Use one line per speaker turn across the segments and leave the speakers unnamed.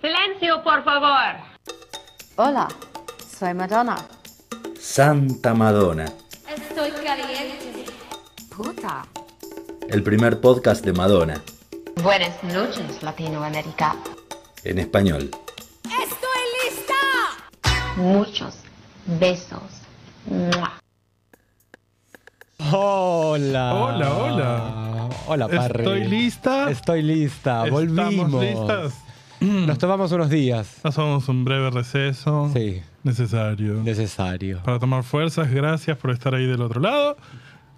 Silencio, por favor.
Hola, soy Madonna.
Santa Madonna.
Estoy caliente.
Puta.
El primer podcast de Madonna.
Buenas noches, Latinoamérica.
En español.
¡Estoy lista!
Muchos besos. ¡Mua!
Hola.
Hola, hola.
Hola, Parry.
Estoy lista.
Estoy lista. Volvimos.
Estamos listas.
Nos tomamos unos días.
Pasamos un breve receso
Sí,
necesario.
necesario.
Para tomar fuerzas, gracias por estar ahí del otro lado.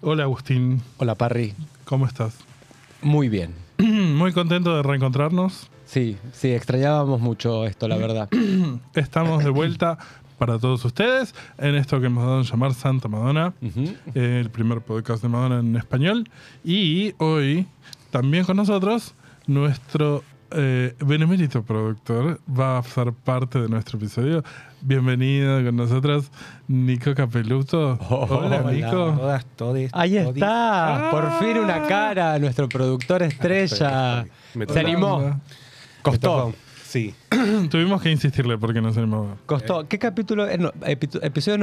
Hola Agustín,
Hola, Parry.
¿cómo estás?
Muy bien.
Muy contento de reencontrarnos.
Sí, sí, extrañábamos mucho esto, la verdad.
Estamos de vuelta para todos ustedes en esto que hemos dado en llamar Santa Madonna,
Ujú.
eh, el primer podcast de Madonna en español. Y hoy también con nosotros nuestro eh, benemérito productor va a ser parte de nuestro episodio. Bienvenido con nosotros, Nico Capeluto. hola, Ah. Nico.
Todas, todes,
Ahí
todis.
está. Por fin una cara. Nuestro productor estrella.
Estoy- estoy- me
Se
tocó.
animó.
Hola.
Me
Costó.
tocó. Sí.
Tuvimos que insistirle porque nos animaba.
Costó. ¿Qué capítulo? Eh, no, epi- episodio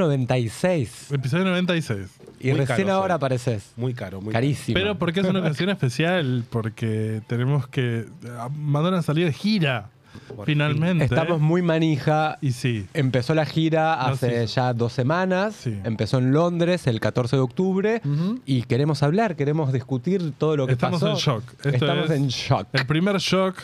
96.
Episodio 96.
Y
Muy
recién
caro
ahora
soy.
apareces.
Muy caro, muy
Carísimo.
Pero porque es una canción especial, porque tenemos que. ah, Madonna salió de gira.
Por
finalmente.
Estamos muy manija.
Y sí.
Empezó la gira
No,
hace
sí.
ya dos semanas,
Sí.
empezó en Londres el 14 de octubre
Ujú.
y queremos hablar, queremos discutir todo lo que
Estamos
pasó.
en shock. Esto
Estamos
es
en shock.
El primer shock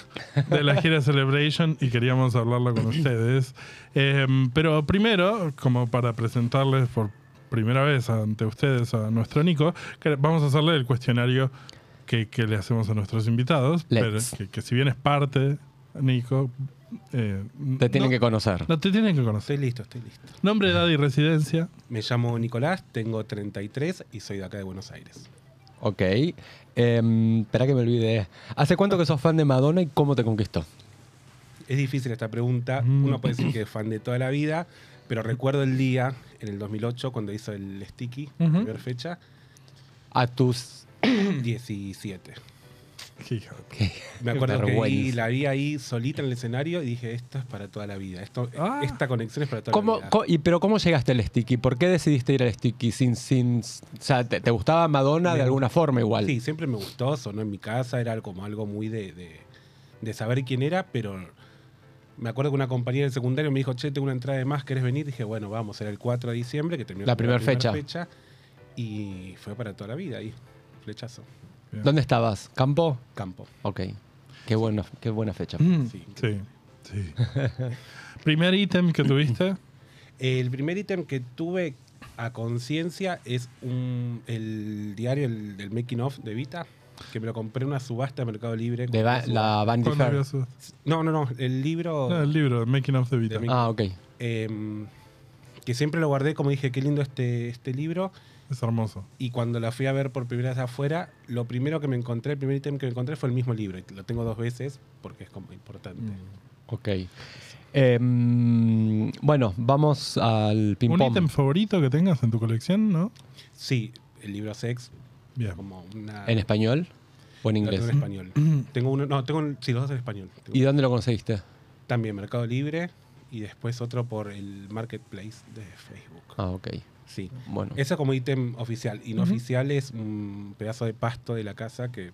de la gira Celebration y queríamos hablarlo con ustedes. Em, pero primero, como para presentarles por primera vez ante ustedes a nuestro Nico, que vamos a hacerle el cuestionario que, que le hacemos a nuestros invitados,
Let's.
pero que, que si bien es parte, Nico, eh,
Te tienen
no-
que conocer.
No, te tienen que conocer.
Estoy listo, estoy listo.
Nombre, edad y residencia.
Me llamo Nicolás, tengo 33 y soy de acá de Buenos Aires.
Ok. Em, espera que me olvide. ¿Hace cuánto que sos fan de Madonna y cómo te conquistó?
Es difícil esta pregunta.
Mm.
Uno puede decir que es fan de toda la vida, pero recuerdo el día, en el 2008, cuando hizo el sticky,
Ujú.
la primera fecha,
A tus...
17.
Hija.
Me
Qué
acuerdo que
vergüenza.
vi- la vi ahí solita en el escenario y dije, esto es para toda la vida. Esto,
Ah.
Esta conexión es para toda
¿Cómo,
la vida.
co- y, pero ¿cómo llegaste al Sticky? ¿Por qué decidiste ir al Sticky sin... sin o sea, ¿te, te gustaba Madonna de
Me-
alguna forma igual?
Sí, siempre me gustó, sonó en mi casa, era como algo muy de, de- de saber quién era, pero me acuerdo que una compañera del secundario me dijo, che, tengo una entrada de más, ¿querés venir? dije, bueno, vamos, era el 4 de diciembre, que terminó
La
siendo
primer fecha.
Y fue para toda la vida ahí, flechazo,
¿Dónde estabas? ¿Campo?
campo.
Ok. Qué, bueno, qué buena fecha.
Mm.
Sí, sí. Primer ítem que tuviste.
El primer ítem que tuve a conciencia es un, el diario el- del making of de Vita, que me lo compré en una subasta de Mercado Libre.
De Ba- la Vanity
¿Cuándo
Fair.
habías-
No, no, no, el libro...
No, el libro, Making of the Vita.
Oh. De mi-
Ah, ok.
em, que siempre lo guardé, como dije, qué lindo este, este libro.
Es hermoso.
Y cuando la fui a ver por primera vez afuera, lo primero que me encontré, el primer ítem que me encontré fue el mismo libro. Y Lo tengo dos veces porque es como importante.
Ok. Em, bueno, vamos al
Un ítem
ping-pong.
favorito que tengas en tu colección, ¿no?
Sí, el libro Sex,
Bien.
como una.
¿En español o en
lo tengo
inglés?
en español. tengo uno, no, tengo un- sí, los dos en español. Tengo
¿Y dónde lo conseguiste?
También Mercado Libre y después otro por el Marketplace de Facebook.
Ah, ok.
Sí.
Bueno.
Eso como ítem oficial. Y no oficial es un pedazo de pasto de la casa que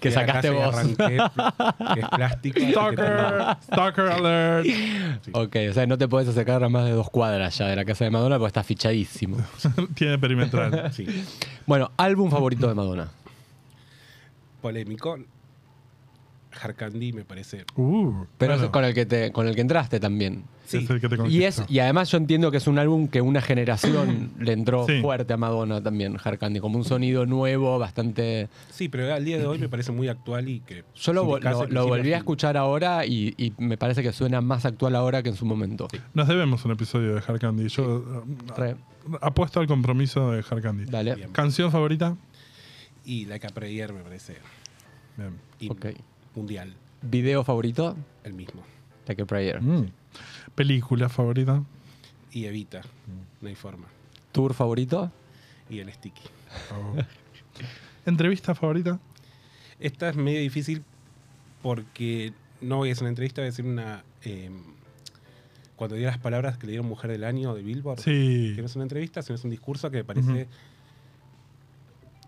que
Fui a la casa
sacaste
y
vos.
arranqué, pl- que es plástico. así que también-
Stalker, stalker alert.
Ok, o sea, no te podés acercar a más de dos cuadras ya de la casa de Madonna porque está fichadísimo.
Tiene perimetral.
sí.
Bueno, álbum favorito de Madonna.
Polémico. Harkandi me parece.
Uh,
Pero
claro,
es con el que te, con el que entraste también.
es el que te
Y, es,
conquistó.
y además yo entiendo que es un álbum que una generación le entró
Sí.
fuerte a Madonna también, Harkandi, como un sonido nuevo, bastante...
Sí, pero al día de hoy me parece muy actual y que.
Yo lo,
sin
vo-
descanso
lo-
de
lo
principio
volví a
fin.
escuchar ahora y, y me parece que suena más actual ahora que en su momento.
Nos debemos un episodio de Hard Candy. Yo eh,
Re,
apuesto al compromiso de Hard Candy.
dale.
Bien.
¿Canción favorita?
Y la que Prayer me parece.
Bien.
himno
Ok.
Mundial,
¿Video favorito?
el mismo.
Like a Prayer.
Mm. ¿Película favorita?
Y Evita,
Mm.
no hay forma.
¿Tour favorito?
Y el Sticky.
Oh. ¿Entrevista favorita?
Esta es medio difícil porque no es una entrevista, voy a decir una eh, cuando dio las palabras que le dieron Mujer del Año de Billboard.
Sí.
Que no es una entrevista, sino es un discurso que me parece,
Ujú.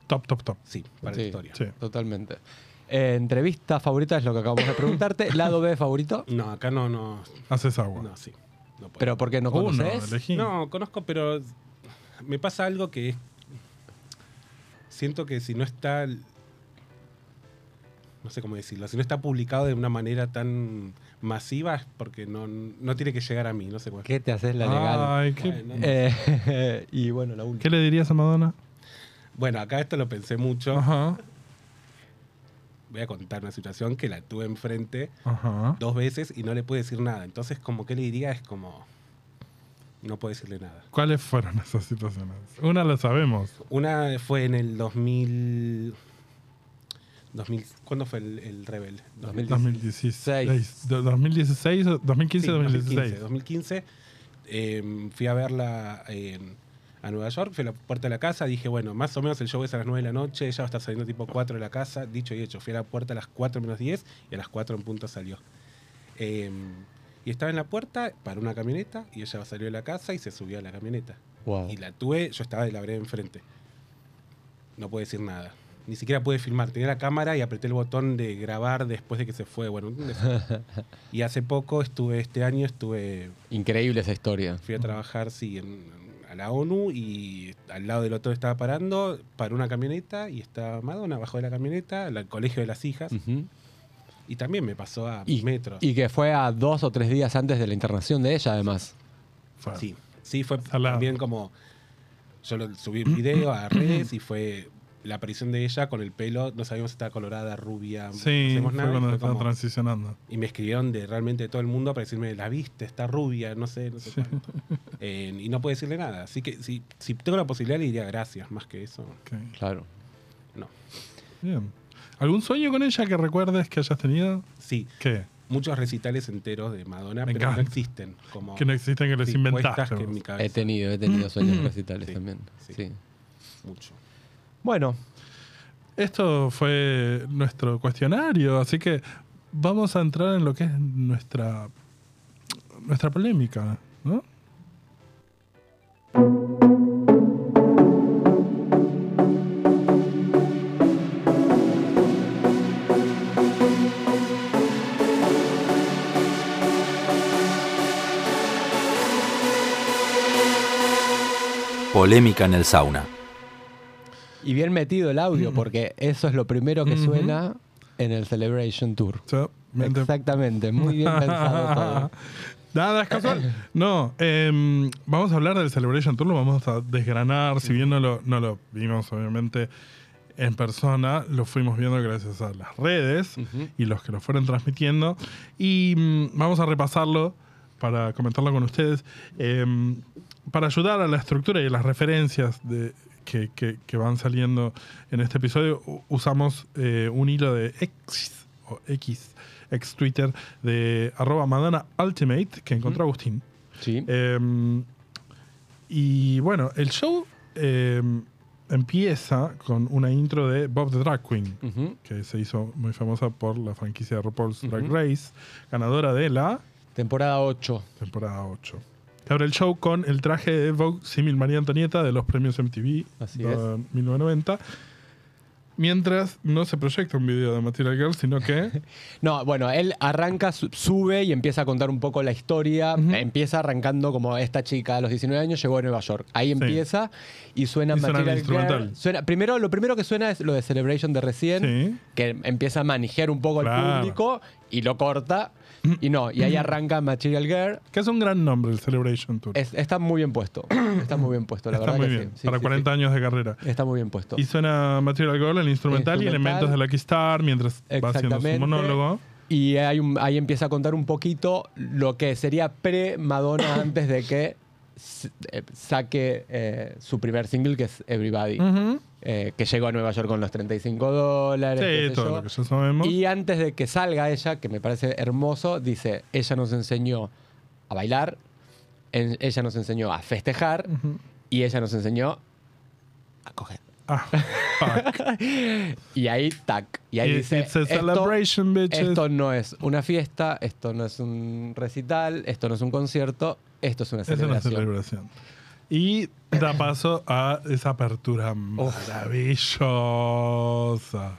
Top, top, top.
sí, para
Sí.
la historia.
Sí.
Totalmente. Eh, entrevista favorita es lo que acabamos de preguntarte. Lado B favorito.
No, acá no, no,
Haces agua.
no, sí. No, puedo.
Pero porque no
Uno,
conoces.
elegí.
No, conozco, pero me pasa algo que es- siento que si no está, no sé cómo decirlo, si no está publicado de una manera tan masiva es porque no, no tiene que llegar a mí, no sé cuál.
¿Qué te haces la legal?
Ay, qué-
Bueno,
Eh, y bueno, la
¿Qué
última.
le dirías a Madonna?
Bueno, acá esto lo pensé mucho.
Ajá.
Voy a contar una situación que la tuve enfrente
Ajá.
dos veces y no le pude decir nada. Entonces, como que le diría es como, no puedo decirle nada.
¿Cuáles fueron esas situaciones? Una la sabemos.
Una fue en el 2000... 2000 ¿Cuándo fue el, el Rebel?
2016. 2016, 2015,
Sí,
2016.
2015. Eh, fui a verla en- a Nueva York, fui a la puerta de la casa, dije, bueno, más o menos el show es a las 9 de la noche, ella va a estar saliendo tipo 4 de la casa, dicho y hecho, fui a la puerta a las 4 menos 10 y a las 4 en punto salió. Eh, y estaba en la puerta, paró una camioneta y ella salió de la casa y se subió a la camioneta.
Wow.
Y la tuve, yo estaba de la breve enfrente. No pude decir nada. Ni siquiera pude filmar. Tenía la cámara y apreté el botón de grabar después de que se fue. Bueno, un desastre. y hace poco estuve, este año estuve,
Increíble esa historia.
fui a trabajar, sí, en- a la ONU y al lado del otro estaba parando, paró una camioneta y estaba Madonna abajo de la camioneta, al al colegio de las hijas.
Ujú.
Y también me pasó a
Mm. y,
metros.
y que fue a dos o tres días antes de la internación de ella, además.
Fue.
Sí, sí, fue
Salado.
también como. Yo lo subí un video a redes y fue la aparición de ella con el pelo, no sabíamos si estaba colorada, rubia,
Sí,
no
fue
sabíamos nada, y
cuando
fue
estaba
como-
transicionando.
Y me escribieron de realmente de todo el mundo para decirme, la viste, está rubia, no sé, no sé
Sí.
cuánto. Eh, y no puedo decirle nada. Así que si, si tengo la posibilidad le diría gracias, más que eso.
Ok,
Claro.
No.
Bien. ¿Algún sueño con ella que recuerdes que hayas tenido?
Sí,
¿Qué?
muchos recitales enteros de Madonna,
Me
pero que no
encanta.
existen. Como
Que no existen, que les
sí,
inventaste.
puestas que en
vos.
mi cabeza,
He tenido, he tenido sueños recitales
Sí,
también.
sí.
Sí.
mucho.
Bueno,
Esto fue nuestro cuestionario, así que vamos a entrar en lo que es nuestra, nuestra polémica, ¿no?
Polémica en el sauna.
y bien metido el audio, porque eso es lo primero que
Ujú.
suena en el Celebration Tour.
O sea, mente-
Exactamente, muy bien pensado todo.
Nada, es casual. No, em, vamos a hablar del Celebration Tour, lo vamos a desgranar. Si bien no lo, no lo vimos, obviamente, en persona, lo fuimos viendo gracias a las redes y los que lo fueron transmitiendo. Y mm, vamos a repasarlo para comentarlo con ustedes. Em, para ayudar a la estructura y las referencias de, que, que- que van saliendo en este episodio, u- usamos eh, un hilo de X o X, ex Twitter, de arroba Madonna Ultimate, que encontró Agustín.
Sí.
Eh, y bueno, el show eh, empieza con una intro de Bob the Drag Queen,
Ujú.
que se hizo muy famosa por la franquicia de RuPaul's Drag Race, ganadora de la
Temporada 8.
temporada 8. Que abre el show con el traje de Vogue Simil María Antonieta de los premios MTV
Así
de 1990. Mientras no se proyecta un video de Material Girl, sino que
No, bueno, él arranca, su- sube y empieza a contar un poco la historia. Eh, Empieza arrancando como esta chica a los 19 años llegó a Nueva York. Ahí empieza y suena
Y suena
Material
el
Girl.
instrumental.
Suena- primero, lo primero que suena es lo de Celebration de recién,
Sí.
que empieza a manejar un poco
Claro.
al público y lo corta. Y no, y ahí arranca Material Girl.
que es un gran nombre el Celebration Tour.
Es- está muy bien puesto. Está muy bien puesto, la
Está
verdad
muy
que
bien,
sí. Sí,
para
sí,
40 años de carrera.
sí. Está muy bien puesto.
Y suena Material Girl, el instrumental, y
Instrumental.
elementos de Lucky Star mientras va haciendo su
Exactamente.
monólogo.
Y hay un- ahí empieza a contar un poquito lo que sería pre-Madonna antes de que s- eh, saque eh, su primer single, que es Everybody, eh, que llegó a Nueva York con los 35 dólares. qué
Sí,
sé
todo
yo.
lo que ya sabemos.
Y antes de que salga ella, que me parece hermoso, dice, ella nos enseñó a bailar, en- ella nos enseñó a festejar y ella nos enseñó a coger.
Ah, fuck.
Y ahí, tac. Y ahí
It's-
dice,
it's a
"Esto-
celebration, bitches".
Esto no es una fiesta, esto no es un recital, esto no es un concierto, esto es una
es
celebración.
una celebración. Y da paso a esa apertura maravillosa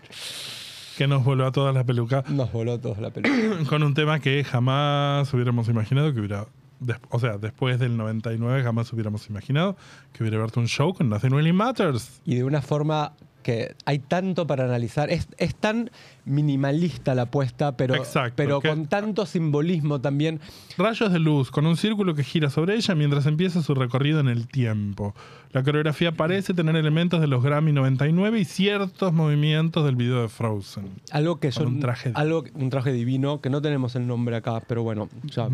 que nos voló a todas las pelucas
Nos voló todos la pelota.
con un tema que jamás hubiéramos imaginado que hubiera. des- O sea, después del 99 jamás hubiéramos imaginado que hubiera abierto un show con Nothing Really Matters.
y de una forma que hay tanto para analizar. Es, es tan minimalista la apuesta, pero,
Exacto,
pero
que-
con tanto simbolismo también.
Rayos de luz, con un círculo que gira sobre ella mientras empieza su recorrido en el tiempo. La coreografía parece tener elementos de los Grammy 99 y ciertos movimientos del video de Frozen.
Algo que
Con
yo.
un traje.
Algo, un traje divino, que no tenemos el nombre acá, pero bueno, ya.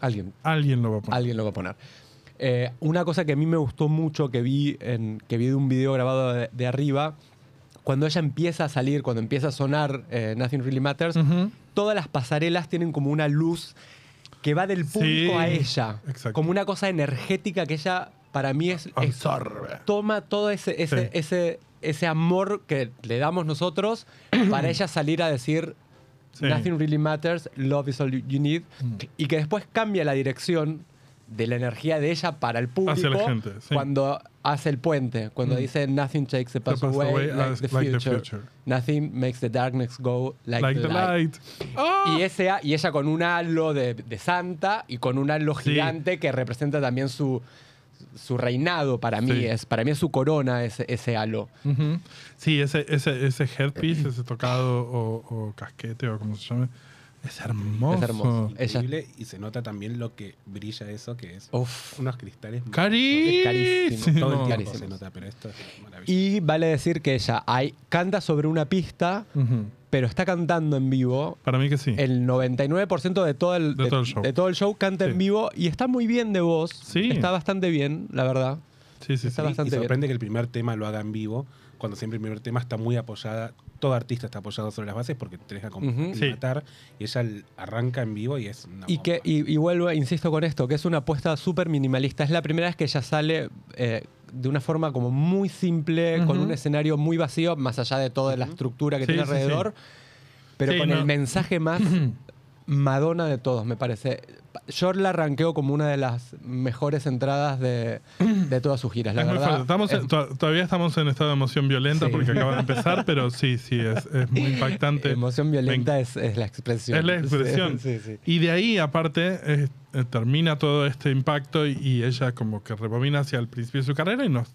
Alguien,
Alguien lo va a poner.
alguien lo va a poner. Eh, una cosa que a mí me gustó mucho que vi, en, que vi de un video grabado de, de arriba, cuando ella empieza a salir, cuando empieza a sonar eh, Nothing Really Matters,
Ujú.
todas las pasarelas tienen como una luz que va del público
Sí,
a ella.
exacto.
Como una cosa energética que ella, para mí, es, es-
Absorbe.
toma todo ese, ese,
Sí.
ese, ese amor que le damos nosotros para ella salir a decir
Sí. Mm.
Nothing Really Matters, Love is All You Need, y que después cambia la dirección de la energía de ella para el público
Hacia la gente, sí. Mm.
cuando hace el puente, cuando dice Nothing takes the past
pass
away,
away
like,
as-
the
ah, like the
future.
future.
Nothing makes the darkness go like,
Like, the light.
y, ese, y ella con un halo de, de santa y con un halo
Sí.
gigante que representa también su, su reinado para mí.
Sí.
Es, para mí es su corona ese, ese halo.
Ujú. Sí, ese, ese, ese headpiece, ese tocado o, o casquete o como se llame, es hermoso.
Es hermoso. Ella-
Increíble. Y se nota también lo que brilla eso, que es
Uf.
unos cristales maravillosos.
Carísimo.
carísimo, todo el
Todo el tiempo
Carísimos.
se nota, pero esto es maravilloso.
Y vale decir que ella hay, canta sobre una pista,
Ujú.
pero está cantando en vivo.
Para mí que sí.
El 99% de todo el,
De todo el show.
de todo el show canta
Sí.
en vivo y está muy bien de voz.
Sí.
Está bastante bien, la verdad.
sí, sí, sí.
está bastante
y sorprende que el primer tema lo haga en vivo, cuando siempre el primer tema está muy apoyada, todo artista está apoyado sobre las bases porque te deja como
Ujú.
matar y ella l- arranca en vivo y es una
Y,
bomba.
que, y, y vuelvo, insisto con esto, que es una apuesta súper minimalista. Es la primera vez que ella sale eh, de una forma como muy simple, con
Ujú.
un escenario muy vacío, más allá de toda la estructura que
Sí,
tiene
sí,
alrededor, pero
Sí,
con
no.
el mensaje más Madonna de todos, me parece. Yo la ranqueo como una de las mejores entradas de, de todas sus giras, la
Es muy fuerte.
verdad.
Estamos en-
es-
to- todavía estamos en estado de emoción violenta
Sí.
porque acaba de empezar, pero sí, sí, es, es muy impactante.
Emoción
Me
violenta es, es la expresión.
Es la
Sí,
expresión.
Sí, sí.
Y de ahí, aparte, es- eh, termina todo este impacto y, y ella como que rebobina hacia el principio de su carrera y nos,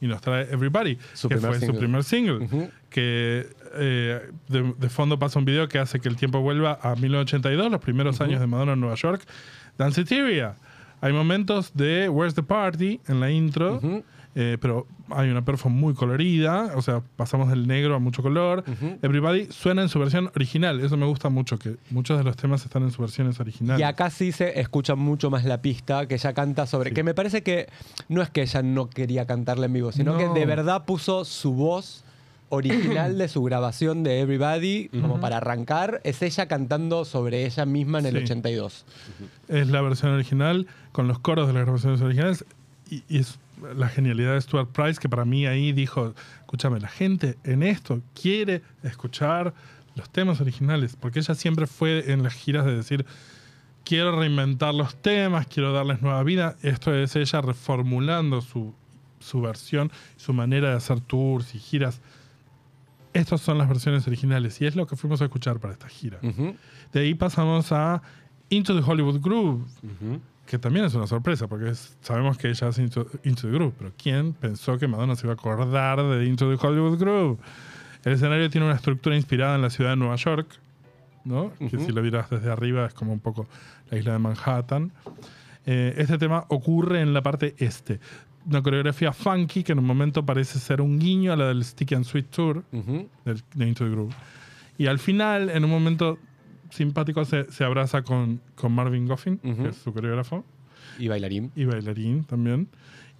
y nos trae Everybody,
Su
que
primer
fue su
single.
primer single.
Ujú.
Que eh, de, de fondo pasa un video que hace que el tiempo vuelva a 1982, los primeros años de Madonna en Nueva York. Danceteria. Hay momentos de Where's the Party en la intro.
Ujú.
Eh, pero hay una perfo muy colorida, o sea, pasamos del negro a mucho color. Everybody suena en su versión original, eso me gusta mucho, que muchos de los temas están en sus versiones originales.
Y acá sí se escucha mucho más la pista, que ella canta sobre... Que me parece que no es que ella no quería cantarla en vivo, sino
No.
que de verdad puso su voz original de su grabación de Everybody, como para arrancar, es ella cantando sobre ella misma en el
Sí.
82.
Es la versión original, con los coros de las grabaciones originales, y, y es la genialidad de Stuart Price, que para mí ahí dijo, escúchame, la gente en esto quiere escuchar los temas originales, porque ella siempre fue en las giras de decir, quiero reinventar los temas, quiero darles nueva vida. Esto es ella reformulando su, su versión, su manera de hacer tours y giras. Estas son las versiones originales y es lo que fuimos a escuchar para esta gira.
Ujú.
De ahí pasamos a Into the Hollywood Groove, que también es una sorpresa, porque es- sabemos que ella hace Into, Into the Groove, pero ¿quién pensó que Madonna se iba a acordar de Into the Hollywood Groove? El escenario tiene una estructura inspirada en la ciudad de Nueva York, ¿no? Que si lo miras desde arriba es como un poco la isla de Manhattan. Eh, este tema ocurre en la parte este. Una coreografía funky que en un momento parece ser un guiño a la del Stick and Sweet Tour
Ujú.
del, de Into the Groove. Y al final, en un momento simpático, se, se abraza con, con Marvin Goffin,
Ujú.
que es su coreógrafo,
Y bailarín.
y bailarín también.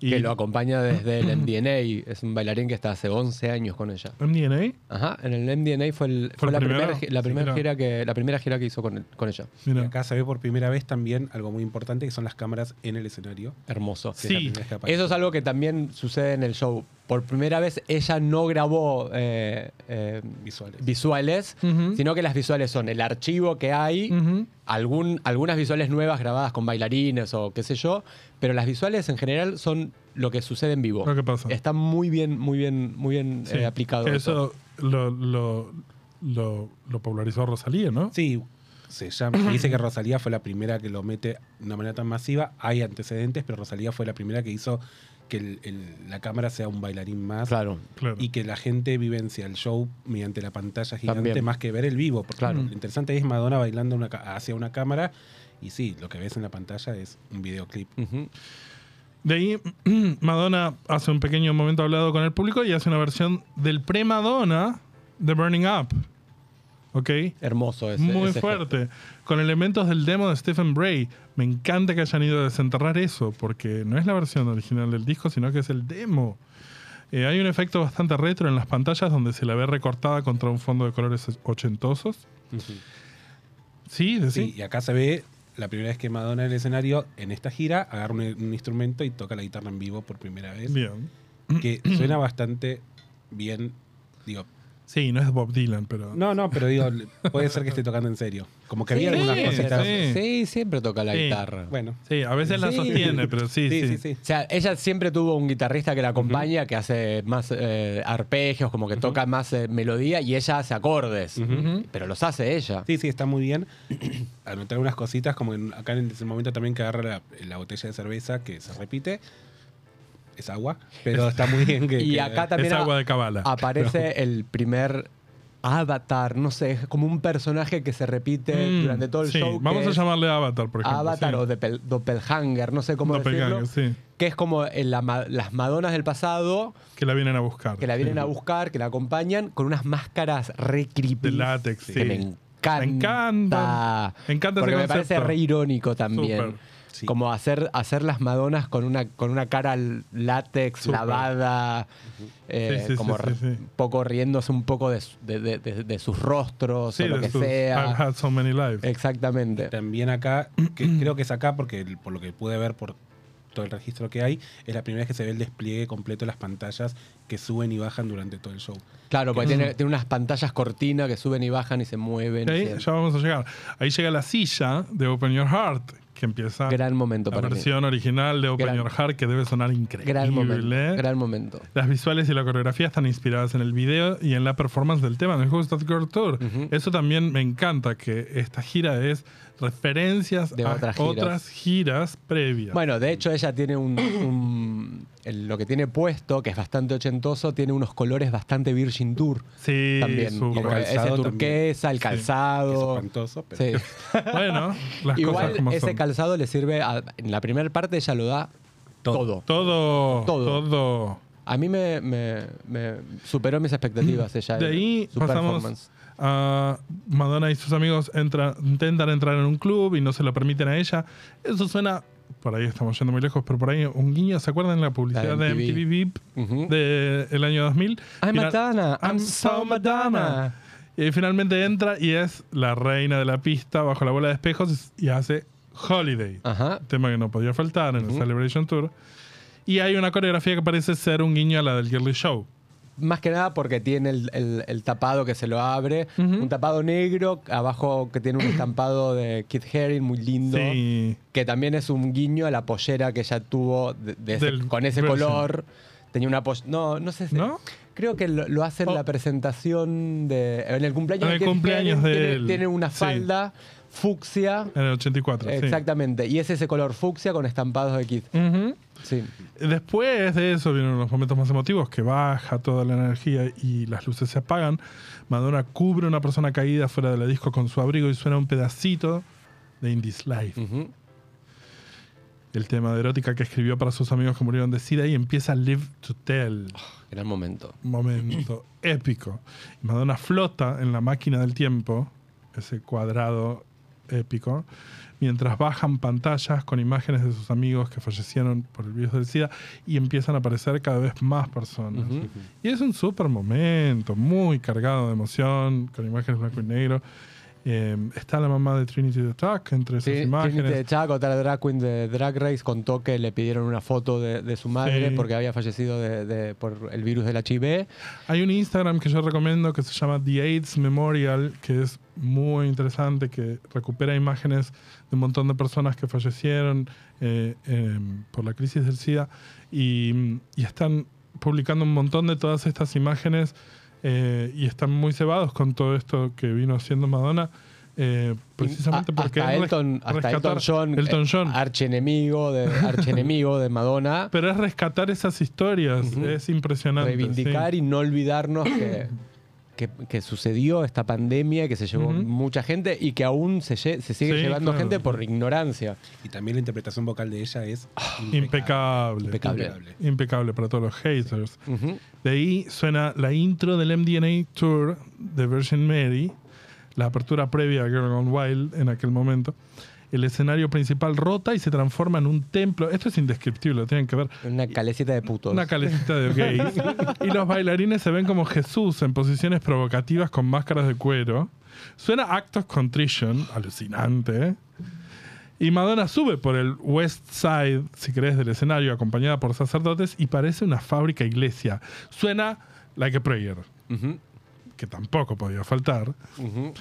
Y
Que lo acompaña desde el MDNA. Es un bailarín que está hace 11 años con ella.
MDNA,
Ajá, en el MDNA fue, el,
¿Fue
fue
el
la,
primero?
primera, gi- la,
Sí,
primera
claro.
gira que, la primera gira que hizo con, con ella.
Y
mira.
acá se ve por primera vez también algo muy importante que son las cámaras en el escenario.
Hermoso.
que es la
Sí,
primera vez que aparece.
Eso es algo que también sucede en el show. por primera vez ella no grabó eh, eh,
Visuales.
visuales,
Ujú.
sino que las visuales son el archivo que hay,
Ujú.
algún, algunas visuales nuevas grabadas con bailarines o qué sé yo, pero las visuales en general son lo que sucede en vivo.
Lo que pasa.
Está muy bien, muy bien, muy bien
Sí,
eh, aplicado.
que
eso.
Eso lo, lo, lo, lo popularizó Rosalía, ¿no?
Sí, se llama. se dice que Rosalía fue la primera que lo mete de una manera tan masiva. Hay antecedentes, pero Rosalía fue la primera que hizo que el- el- la cámara sea un bailarín más.
Claro.
Claro.
Y que la gente vivencia el show mediante la pantalla gigante
También.
más que ver el vivo. Porque
Claro.
lo interesante es Madonna bailando una ca- hacia una cámara. Y sí, lo que ves en la pantalla es un videoclip.
Ujú.
De ahí, Madonna hace un pequeño momento hablado con el público y hace una versión del pre-Madonna de Burning Up. ¿Ok?
Hermoso ese.
Muy
ese efecto.
fuerte. Con elementos del demo de Stephen Bray. Me encanta que hayan ido a desenterrar eso, porque no es la versión original del disco, sino que es el demo. Eh, hay un efecto bastante retro en las pantallas donde se la ve recortada contra un fondo de colores ochentosos. Sí, decí.
Sí, y acá se ve la primera vez que Madonna en el escenario, en esta gira, agarra un, un instrumento y toca la guitarra en vivo por primera vez.
Bien.
Que suena bastante bien. Digo,
Sí, no es Bob Dylan, pero.
no, no, pero digo, le- puede ser que esté tocando en serio. Como que
Sí,
había algunas
sí,
cositas.
sí. Sí, siempre toca la
Sí.
guitarra.
Bueno,
Sí, a veces la
Sí.
sostiene, pero sí, sí.
sí, sí, sí.
O sea, ella siempre tuvo un guitarrista que la acompaña, que hace más eh, arpegios, como que toca más eh, melodía y ella hace acordes. Pero los hace ella.
Sí, sí, está muy bien. Anotar unas cositas, como en- acá en ese momento también que agarra la, la botella de cerveza, que se repite. Es agua, pero está muy bien que.
Y
que-
acá
Es
también a-
agua de cabala.
aparece el primer avatar, no sé, es como un personaje que se repite
Mm,
durante todo el
sí,
show. que
Vamos a
es
llamarle Avatar, por ejemplo.
Avatar
sí.
o Doppel- Doppelhanger, no sé cómo
Doppelganger,
decirlo.
sí.
Que es como en la ma- las Madonas del pasado,
Que la vienen a buscar.
que la vienen
Sí.
a buscar, que la acompañan con unas máscaras re creepy.
De látex, sí.
Que me encanta.
Me encanta. Me encanta
Porque
ese
me parece
concepto.
re irónico también.
Súper.
Sí.
Como hacer, hacer las Madonas con una, con una cara l- látex,
Súper.
lavada, eh,
Sí, sí,
como
sí,
re-
sí, sí.
un poco riéndose un poco de, su- de- de- de- de sus rostros
Sí,
o lo
de
que
sus I've
sea.
had so many lives.
Exactamente.
También acá, que creo que es acá, porque el- por lo que pude ver por todo el registro que hay, es la primera vez que se ve el despliegue completo de las pantallas que suben y bajan durante todo el show.
Claro, porque tiene, tiene unas pantallas cortinas que suben y bajan y se mueven.
Y
y
ahí
se-
ya vamos a llegar. Ahí llega la silla de Open Your Heart, que empieza
Gran momento
la
para mí.
versión original de Open
Gran-
Your Heart, que debe sonar increíble. ¿eh?
Gran momento. Gran momento.
Las visuales y la coreografía están inspiradas en el video y en la performance del tema del Who's That Girl Tour. Eso también me encanta, que esta gira es referencias
De
a
otras giras.
otras giras previas.
Bueno, de hecho ella tiene un, un- el- lo que tiene puesto, que es bastante ochentoso, tiene unos colores bastante Virgin Tour
sí,
también.
súper.
Como ese
calzado
turquesa,
Que
el
es
calzado.
espantoso, pero.
Sí.
Bueno, las cosas
Igual
como
ese
son.
calzado le sirve, a- en la primera parte ella lo da todo.
Todo,
Todo.
todo.
A mí me, me- me superó mis expectativas ella.
De ahí
su
pasamos
performance.
a Madonna y sus amigos entra- intentan entrar en un club y no se lo permiten a ella. Eso suena, por ahí estamos yendo muy lejos, pero por ahí un guiño, ¿se acuerdan la publicidad de
MTV?
MTV VIP
Ujú.
del año 2000?
I'm
Final-
Madonna, I'm so Madonna.
Y finalmente entra y es la reina de la pista bajo la bola de espejos y hace Holiday.
Ajá.
tema que no podía faltar en el Celebration Tour. Y hay una coreografía que parece ser un guiño a la del Girly Show.
Más que nada porque tiene el, el- el tapado que se lo abre, un tapado negro, abajo que tiene un estampado de Kid Haring muy lindo,
Sí.
que también es un guiño a la pollera que ella tuvo de- de ese-
Del
con ese
version.
color. Tenía una pollera. No, no sé si.
¿No?
Creo que lo, lo hace en
Oh.
la presentación de. En el cumpleaños
En
de
el
Keith
cumpleaños
Haring,
de
tiene-
él.
Tiene una
Sí.
falda fucsia.
En el 84. sí.
Exactamente. Y es ese color fucsia con estampados de Kid.
Ujú.
Sí.
Después de eso vienen los momentos más emotivos, que baja toda la energía y las luces se apagan. Madonna cubre a una persona caída fuera de la disco con su abrigo y suena un pedacito de In This Life.
Ujú.
El tema de erótica que escribió para sus amigos que murieron de SIDA y empieza Live to Tell.
Gran momento.
momento épico. Madonna flota en la máquina del tiempo, ese cuadrado épico, mientras bajan pantallas con imágenes de sus amigos que fallecieron por el virus del SIDA y empiezan a aparecer cada vez más personas. Y es un súper momento, muy cargado de emoción, con imágenes blanco y negro. Eh, Eh, está la mamá de Trinity the Tuck entre sus
Sí,
imágenes.
Trinity de Chaco, otra drag queen de Drag Race, contó que le pidieron una foto de, de su madre
Sí.
porque había fallecido de- de- por el virus del HIV.
Hay un Instagram que yo recomiendo que se llama The AIDS Memorial, que es muy interesante, que recupera imágenes de un montón de personas que fallecieron eh, em, por la crisis del SIDA y, y están publicando un montón de todas estas imágenes eh, y están muy cebados con todo esto que vino haciendo Madonna. eh, precisamente
A-
porque
Ah, hasta
es res-
Elton, hasta Elton
rescatar-
John,
Elton
eh,
John.
archienemigo de archienemigo de Madonna,
pero es rescatar esas historias, es impresionante. sí.
reivindicar y no olvidarnos que, que, que sucedió esta pandemia, que se llevó
Ujú.
mucha gente y que aún se, lle- se sigue
Sí,
llevando
claro.
gente por ignorancia.
Y también la interpretación vocal de ella es
Ah, Impecable.
Impecable.
Impecable.
Impecable para todos los haters.
Ujú.
De ahí suena la intro del MDNA Tour de Virgin Mary, la apertura previa a Girl Gone Wild en aquel momento. El escenario principal rota y se transforma en un templo. Esto es indescriptible, lo tienen que ver.
Una calecita de putos.
Una calecita de gays. y los bailarines se ven como Jesús en posiciones provocativas con máscaras de cuero. Suena Actos Contrition, alucinante. ¿eh? Y Madonna sube por el West Side, si querés, del escenario, acompañada por sacerdotes, y parece una fábrica iglesia. Suena like a prayer,
Ujú,
que tampoco podía faltar.
ujú.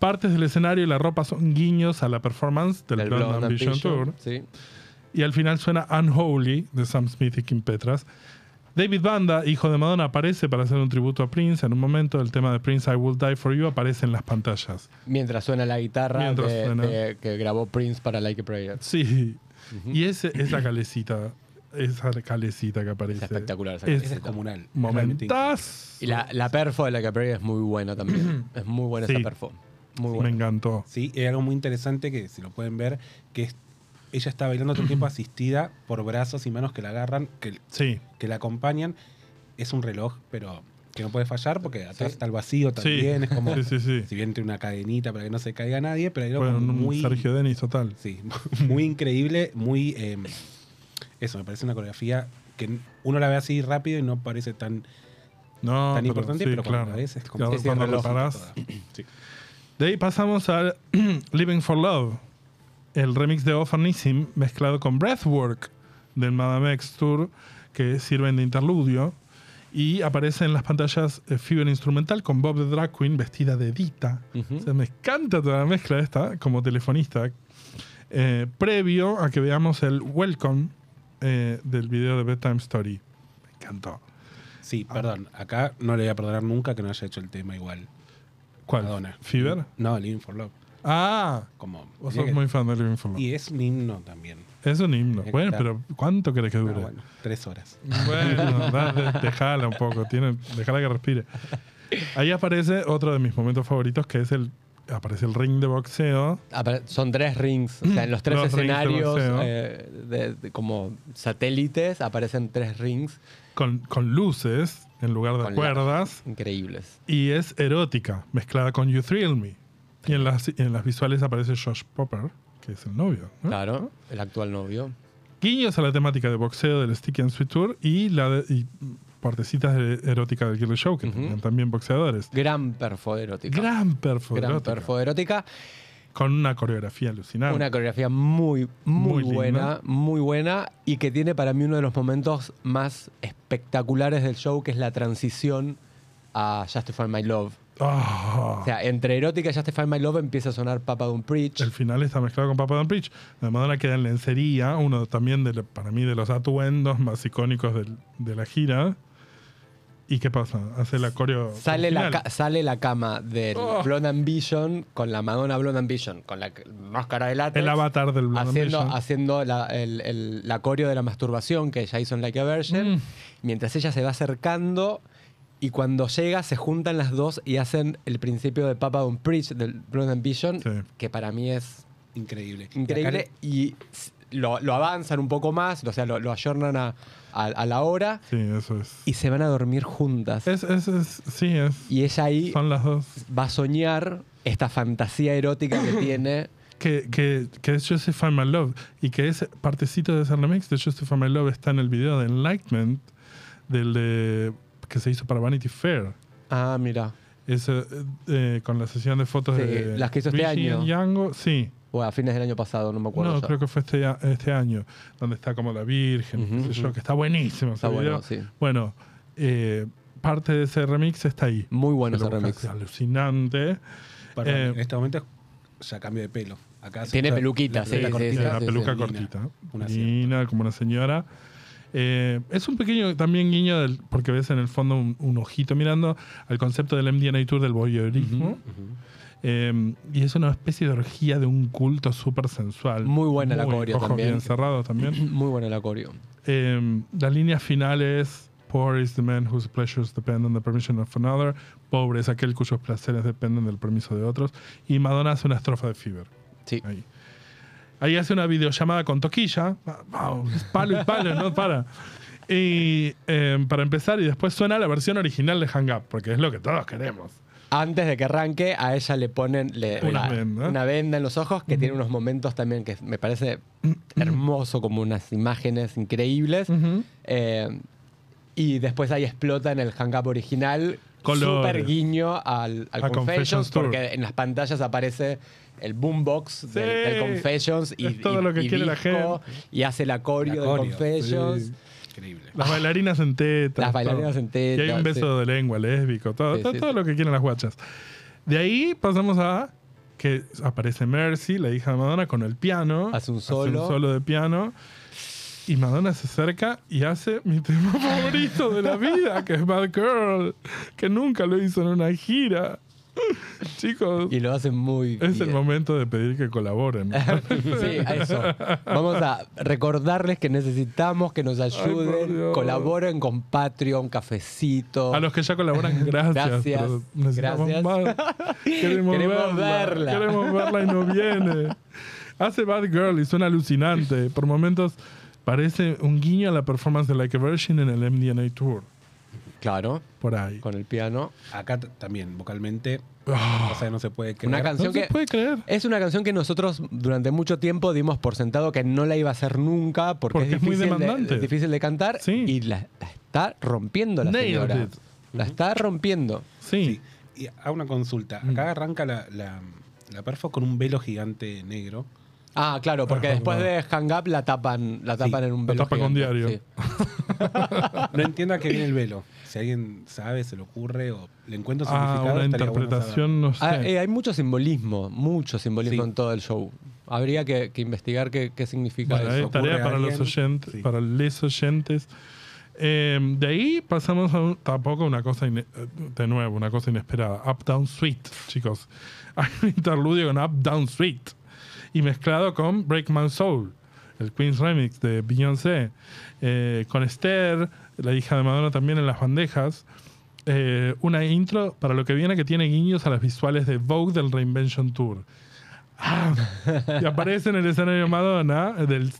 Partes del escenario y la ropa son guiños a la performance del,
Del
Blonde
Blonde
Ambition
Ambition,
Tour.
sí.
Y al final suena Unholy de Sam Smith y Kim Petras. David Banda, hijo de Madonna, aparece para hacer un tributo a Prince. En un momento, el tema de Prince, I Will Die For You, aparece en las pantallas.
Mientras suena la guitarra
Mientras
de-
suena.
de- que grabó Prince para Like a Prayer.
Sí. Y ese, esa calecita, esa calecita que aparece.
Es espectacular esa
Es
Es
calecita.
descomunal. Realmente
Momentas.
Y la, la perfo de la que Perry es muy buena también. es muy buena
Sí.
esa perfo. Muy
Me
buena.
encantó.
Sí, hay algo muy interesante que si lo pueden ver, que es- ella está bailando todo el tiempo asistida por brazos y manos que la agarran, que,
Sí.
que la acompañan. Es un reloj, pero que no puede fallar porque atrás está el vacío también. Es como,
Sí, sí, sí.
si bien tiene una cadenita para que no se caiga nadie, pero hay algo
Bueno,
como
un
muy,
Sergio Denis, total.
sí, muy increíble, muy... eh, eso, me parece una coreografía que uno la ve así rápido y no parece tan...
No,
tan
pero
importante,
sí,
pero cuando
claro.
la ves es como
Claro,
ese
cuando
reloj
lo parás.
toda. Sí.
De ahí pasamos al Living for Love, el remix de Ophanism mezclado con Breathwork del Madame X Tour, que sirven de interludio. Y aparece en las pantallas eh, Fever Instrumental con Bob the Drag Queen vestida de Dita. O sea, me encanta toda la mezcla esta como telefonista. Eh, previo a que veamos el Welcome eh, del video de Bedtime Story. Me encantó.
Sí, perdón. Acá no le voy a perdonar nunca que no haya hecho el tema igual.
¿Cuál?
Madonna.
¿Fever?
No, Living for Love.
Ah,
Como, tenía
vos sos
que-
muy fan de Living for Love.
Y es un himno también.
Es un himno.
Tenía que
Bueno,
estar.
pero ¿cuánto crees que
Ah,
dure?
bueno, tres horas.
Bueno, dale, dejala un poco, tiene, dejala que respire. Ahí aparece otro de mis momentos favoritos, que es el aparece el ring de boxeo.
Ah, pero son tres rings. O sea, en los tres
Dos rings de
escenarios,
boxeo.
eh, de- de- como satélites, aparecen tres rings
Con, con luces en lugar de
Con la-
cuerdas
increíbles.
y es erótica mezclada con You Thrill Me. Y en las, en las visuales aparece Josh Popper, que es el novio. ¿no?
Claro, el actual novio.
Guiños a la temática de boxeo del Sticky and Sweet Tour y, la de- y partecitas de- erótica del Girly Show, que tenían también boxeadores.
Gran perfo de erótica.
Gran perfo
Gran
erótica.
perfo de erótica.
Con una coreografía alucinante.
Una coreografía muy, muy,
Muy linda.
buena, muy buena y que tiene para mí uno de los momentos más espectaculares del show, que es la transición a Justify My Love.
Ah.
O sea, entre erótica y Justify My Love empieza a sonar Papa Don't Preach.
El final está mezclado con Papa Don Preach. La Madonna queda en lencería, uno también de, la- para mí de los atuendos más icónicos del- de la gira. ¿Y qué pasa? Hace la coreo.
Sale la,
original.
ca- sale la cama del
Oh.
Blonde Ambition con la Madonna Blonde Ambition, con la c- máscara de látex.
El avatar del Blonde
haciendo,
Ambition.
haciendo la, el, el- la coreo de la masturbación que ella hizo en Like a Virgin,
Mm.
mientras ella se va acercando y cuando llega se juntan las dos y hacen el principio de Papa Don't Preach del Blonde Ambition,
Sí.
que para mí es
Increíble. Y
increíble
acá-
y s- lo, lo avanzan un poco más, o sea, lo, lo ayornan a, a- a la hora
Sí, eso es.
y se van a dormir juntas.
Es, es, es- sí, es.
y ella ahí
Son las dos.
va a soñar esta fantasía erótica que tiene.
Que, que, que es Justify My Love. Y que ese partecito de ese remix de Justify My Love está en el video de Enlightenment, del de- que se hizo para Vanity Fair.
Ah, mira.
ese, eh, con la sesión de fotos
Sí,
de.
las que hizo este
Vichy
año.
y Yango, sí.
O a fines del año pasado, no me acuerdo.
No,
ya.
creo que fue este, a- este año, donde está como la Virgen,
Ujú,
qué sé yo, que está buenísimo. ese
Está bueno,
video.
sí.
Bueno, eh, parte de ese remix está ahí.
Muy bueno
Se lo
ese
buscas,
remix.
es Alucinante.
Perdón,
Eh,
en este momento ya cambio de pelo. Acá se
Tiene
usa
peluquita,
la
sí,
pelota
sí,
cortita.
sí, sí,
Tiene una
sí.
peluca
Lina,
cortita.
un acierto.
Lina, como una señora. Eh, es un pequeño también guiño, del, porque ves en el fondo un, un ojito mirando al concepto del MDNA Tour del voyeurismo. Eh, y es una especie de orgía de un culto súper sensual.
Muy buena la coreo
ojos
también.
bien cerrados también.
Muy bueno el acorio.
Eh, la línea final es: Poor is the man whose pleasures depend on the permission of another. Pobre es aquel cuyos placeres dependen del permiso de otros. Y Madonna hace una estrofa de Fever.
Sí.
Ahí. Ahí hace una videollamada con Toquilla. Va- vamos, es palo y palo, no para. Y eh, para empezar, y después suena la versión original de Hang Up, porque es lo que todos queremos.
Antes de que arranque, a ella le ponen le- la-
Una venda.
una venda en los ojos que tiene unos momentos también que me parece hermoso, como unas imágenes increíbles. Eh, y después ahí explota en el hang up original.
Colores.
Super guiño al, al
A Confessions
Confessions,
Tour.
porque en las pantallas aparece el boombox del,
Sí.
del Confessions y,
Es todo
y-
lo que
y
quiere la
disco, y hace el
La
acorio del
coreo,
Confessions.
sí. Increíble.
Las bailarinas en tetas.
Ah, Las bailarinas en tetas,
Y hay un beso de lengua lésbico, todo,
Sí,
todo,
sí,
todo
sí.
lo que quieren las guachas. De ahí pasamos a que aparece Mercy, la hija de Madonna, con el piano.
Hace un solo.
solo de piano. Y Madonna se acerca y hace mi tema favorito de la vida, que es Bad Girl, que nunca lo hizo en una gira. Chicos,
Y lo hacen muy bien.
es el momento de pedir que colaboren.
sí, a eso. Vamos a recordarles que necesitamos que nos
por
ayuden,
Dios.
colaboren con Patreon, cafecito.
A los que ya colaboran, gracias.
Gracias,
pero necesitamos
gracias.
más. Queremos,
Queremos
verla,
verla.
Queremos verla y no viene. Hace Bad Girl y suena alucinante. Por momentos parece un guiño a la performance de Like a Virgin en el MDNA Tour.
Claro,
Por ahí.
con el piano.
Acá t- también, vocalmente,
Ah,
o sea, no se puede creer.
Una
no
canción
se
que.
puede creer.
Es una canción que nosotros durante mucho tiempo dimos por sentado que no la iba a hacer nunca porque,
Porque
es,
es muy
difícil de-
demandante.
es difícil de cantar
Sí.
y la, la está rompiendo la
Nailed
señora.
it.
La está rompiendo.
Sí.
Sí. Y hago una consulta.
Mm.
Acá arranca la, la, la perfo con un velo gigante negro.
Ah, claro, porque
Ajá,
después de Hang Up la tapan, la tapan en un
la
velo
tapan con
gigante.
diario.
Sí.
No entiendo a qué viene el velo. Si alguien sabe, se le ocurre o le encuentro un
Ah,
significado.
una
estaría bueno
interpretación, no sé.
Ah, eh, hay mucho simbolismo, mucho simbolismo
Sí.
en todo el show. Habría que, que investigar qué, qué significa
Bueno,
eso.
eh, tarea
ocurre a
para los
alguien.
oyentes,
Sí.
para les oyentes. Eh, de ahí pasamos a un- tampoco una cosa, ine- eh, de nuevo, una cosa inesperada. Up Down Sweet, chicos. Hay un interludio con Up Down Sweet y mezclado con Break My Soul, el Queen's Remix de Beyoncé, eh, con Esther, la hija de Madonna también en las bandejas. Eh, una intro para lo que viene que tiene guiños a las visuales de Vogue del Reinvention Tour. Ah, y aparece en el escenario Madonna, del-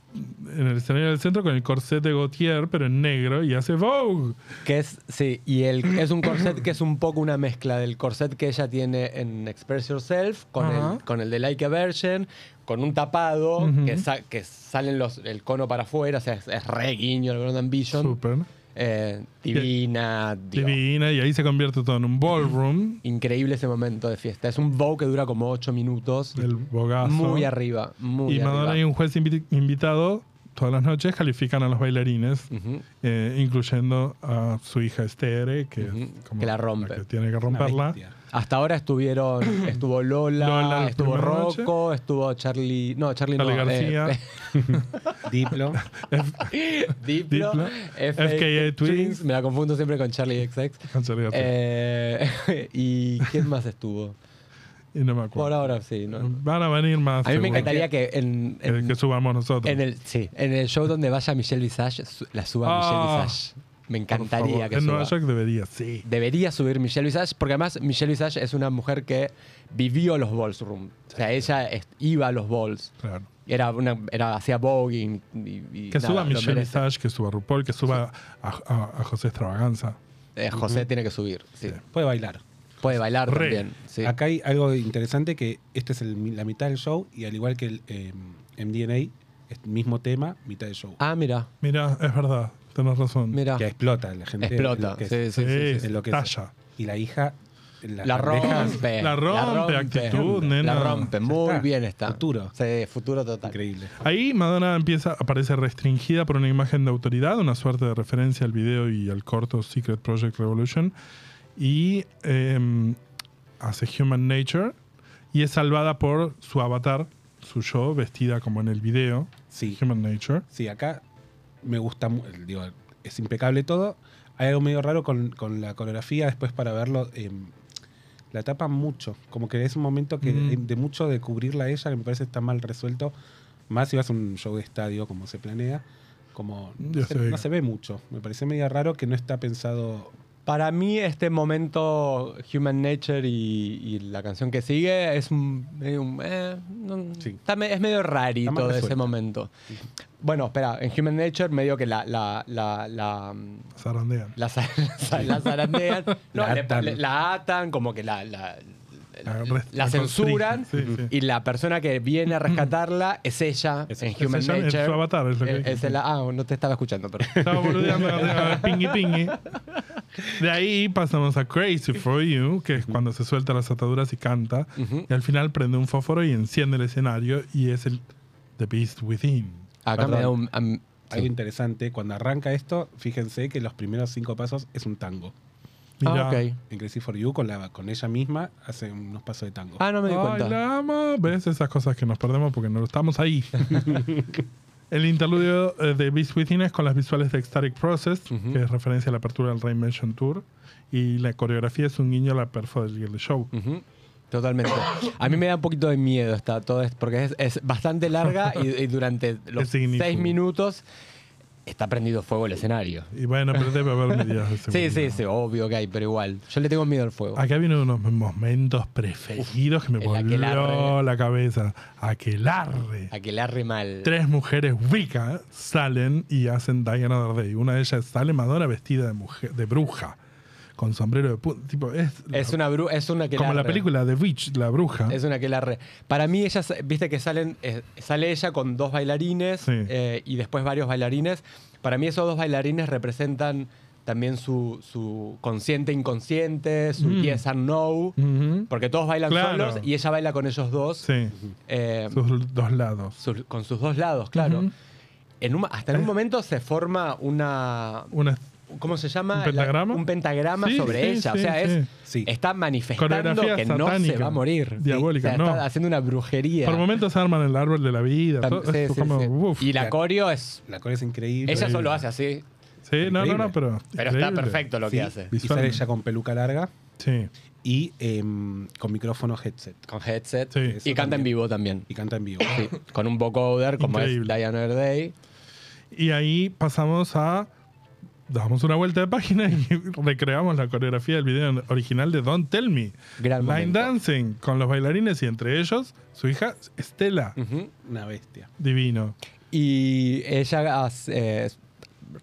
en el escenario del centro, con el corset de Gautier, pero en negro, y hace Vogue.
Que es, sí, y el, es un corset que es un poco una mezcla del corset que ella tiene en Express Yourself con,
Ajá.
el, con el de Like a Virgin, con un tapado que, sa- que salen los, el cono para afuera, o sea, es, es re guiño el Grand Ambition.
Súper.
Eh, divina, Dios.
Divina, y ahí se convierte todo en un ballroom.
Increíble ese momento de fiesta. Es un bow que dura como 8 minutos.
El bogazo.
Muy arriba, muy
y Madonna
arriba.
y un juez invi- invitado todas las noches califican a los bailarines,
Ujú.
eh, incluyendo a su hija Estere, que, es
Ujú,
como
que la rompe.
que tiene que
saber. Una
romperla.
bestia.
Hasta ahora estuvieron, estuvo Lola,
Lola la
estuvo
primera
Rocco, estuvo Charlie, no, Charlie
Dale
no, eh,
García,
Diplo.
Diplo,
Diplo, FKA Twins.
me la confundo siempre con Charlie XX.
con Charlie García.
Eh, ¿Y quién más estuvo?
y no me acuerdo.
Por ahora sí, no.
Van a venir más.
A mí me
seguro. Eh,
encantaría que en,
Que,
en,
que subamos nosotros.
en el, sí, en el show donde vaya Michelle Visage, su- la suba
Ah,
Michelle Visage. Me
Por
encantaría
favor.
que
En Nueva
suba.
York debería, sí.
debería subir Michelle Visage, porque además Michelle Visage es una mujer que vivió los ballsroom. O sea, ella es- iba a los balls.
Claro.
Era una, era, hacía voguing y, y
Que
nada,
suba
lo
Michelle
merece.
Visage, que suba RuPaul, que suba a, a- a José Extravaganza.
Eh, José tiene que subir, sí.
Puede bailar.
Puede bailar
Re.
también. sí.
Acá hay algo interesante que este es el- la mitad del show y al igual que el eh, MDNA, es mismo tema, mitad del show.
Ah, mira,
Mira, es verdad, tenés razón.
mira.
Que explota la gente.
Explota.
enloquece.
sí, sí, sí, sí, sí.
enloquece.
Talla.
Y la hija Las
La
bandejas,
rompe.
La rompe, actitud,
La
nena.
rompe,
Ya
muy
está.
bien está.
Futuro.
Sí, futuro total.
Increíble.
Ahí Madonna empieza, aparece restringida por una imagen de autoridad, una suerte de referencia al video y al corto Secret Project Revolution. Y eh, hace Human Nature y es salvada por su avatar, su yo, vestida como en el video,
Sí.
Human Nature.
Sí, acá me gusta, mu- digo, es impecable todo. Hay algo medio raro con, con la coreografía, después para verlo, em, la tapan mucho. Como que es un momento que
Mm.
de, de mucho de cubrirla a ella, que me parece está mal resuelto. Más si vas a un show de estadio como se planea, como no
Ya
se,
sé.
no se ve mucho. Me parece medio raro que no está pensado.
Para mí este momento Human Nature y, y la canción que sigue es un, medio un- eh, no-
Sí.
está me- es medio rarito
Está mal
de ese
resuelta.
momento. Bueno, espera, en Human Nature medio que la, la, la, la,
Zarandean.
la za- za- la zarandean, no,
La
le-
atan.
le- la atan, como que la, la,
La
la-
rest-
la
la
censuran
constrigen, sí, sí.
y la persona que viene a rescatarla es ella
Es-
en
es
Human
ella, es
Nature.
su avatar, es lo que
Eh,
dije,
es
sí.
el- ah, no te estaba escuchando, pero...
Estaba boludeando arriba, pingui pingui. De ahí pasamos a Crazy for You, que es cuando se suelta las ataduras y canta. Y al final prende un fósforo y enciende el escenario y es el The Beast Within.
Acá me da un... am- ah,
Algo interesante, cuando arranca esto, fíjense que los primeros cinco pasos es un tango.
Ah, ok.
En Crazy for You, con, la, con ella misma, hace unos pasos de tango.
Ah, no me di
Ay,
cuenta.
la amo. ¿Ves esas cosas que nos perdemos porque no estamos ahí? el interludio eh, de Beast Within es con las visuales de Ecstatic Process, que es referencia a la apertura del Reinvention Tour. Y la coreografía es un guiño a la perfo del Girl Show.
Ujú, Totalmente. A mí me da un poquito de miedo esta, todo esto, porque es, es bastante larga y, y durante los
Es significativo.
seis minutos está prendido fuego el escenario.
Y bueno, pero debe haber medidas de
Mm. Sí,
seguridad.
sí, sí, obvio que hay, pero igual. Yo le tengo miedo al fuego.
Acá viene uno de mis momentos preferidos que me
el
volvió
aquelarre.
la cabeza. Aquelarre.
A que le arre mal.
Tres mujeres Wicca salen y hacen Diana Another Day. Una de ellas sale Madonna vestida de, mujer, de bruja, con sombrero de pu- tipo Es,
Es
la-
una bru es una que
como la película The Witch, la bruja.
Es una que la re. Para mí, ella, sa- viste que salen, eh, sale ella con dos bailarines
Sí.
eh, y después varios bailarines. Para mí, esos dos bailarines representan también su, su consciente inconsciente, su
Mm.
yes and no.
Ujú.
Porque todos bailan
Claro.
solos y ella baila con ellos dos.
Sí,
eh,
sus dos lados.
sus- con sus dos lados, claro.
Ujú. Eh.
En un- hasta en un momento se forma una.
Una
¿Cómo se llama?
¿Un
La-
pentagrama?
un pentagrama
Sí,
sobre
sí,
ella.
sí,
o sea, es,
sí. Sí.
está manifestando
Coreografía
que no se
satánica,
va a morir. Sí,
diabólica,
o sea,
no.
Está haciendo una brujería.
por momentos arman el árbol de la vida.
Tam-
todo-
sí,
es
sí,
como,
sí.
uf.
Y la coreo es.
La cola es increíble.
Ella solo hace así,
sí, no, no, no, pero.
pero está
increíble.
perfecto lo que
Sí,
hace.
Y sale
Visualmente.
ella con peluca larga
Sí,
y em, con micrófono headset.
Con headset.
Sí.
Y
Eso
canta
también.
en vivo también.
Y canta en vivo.
Sí, Con un vocoder, como
Increíble.
es Diana Day.
Y ahí pasamos a. Damos una vuelta de página y recreamos la coreografía del video original de Don't Tell Me.
Gran
Line
momento.
Dancing con los bailarines y entre ellos su hija Estela.
Ujú.
Una bestia.
Divino.
Y ella hace, eh,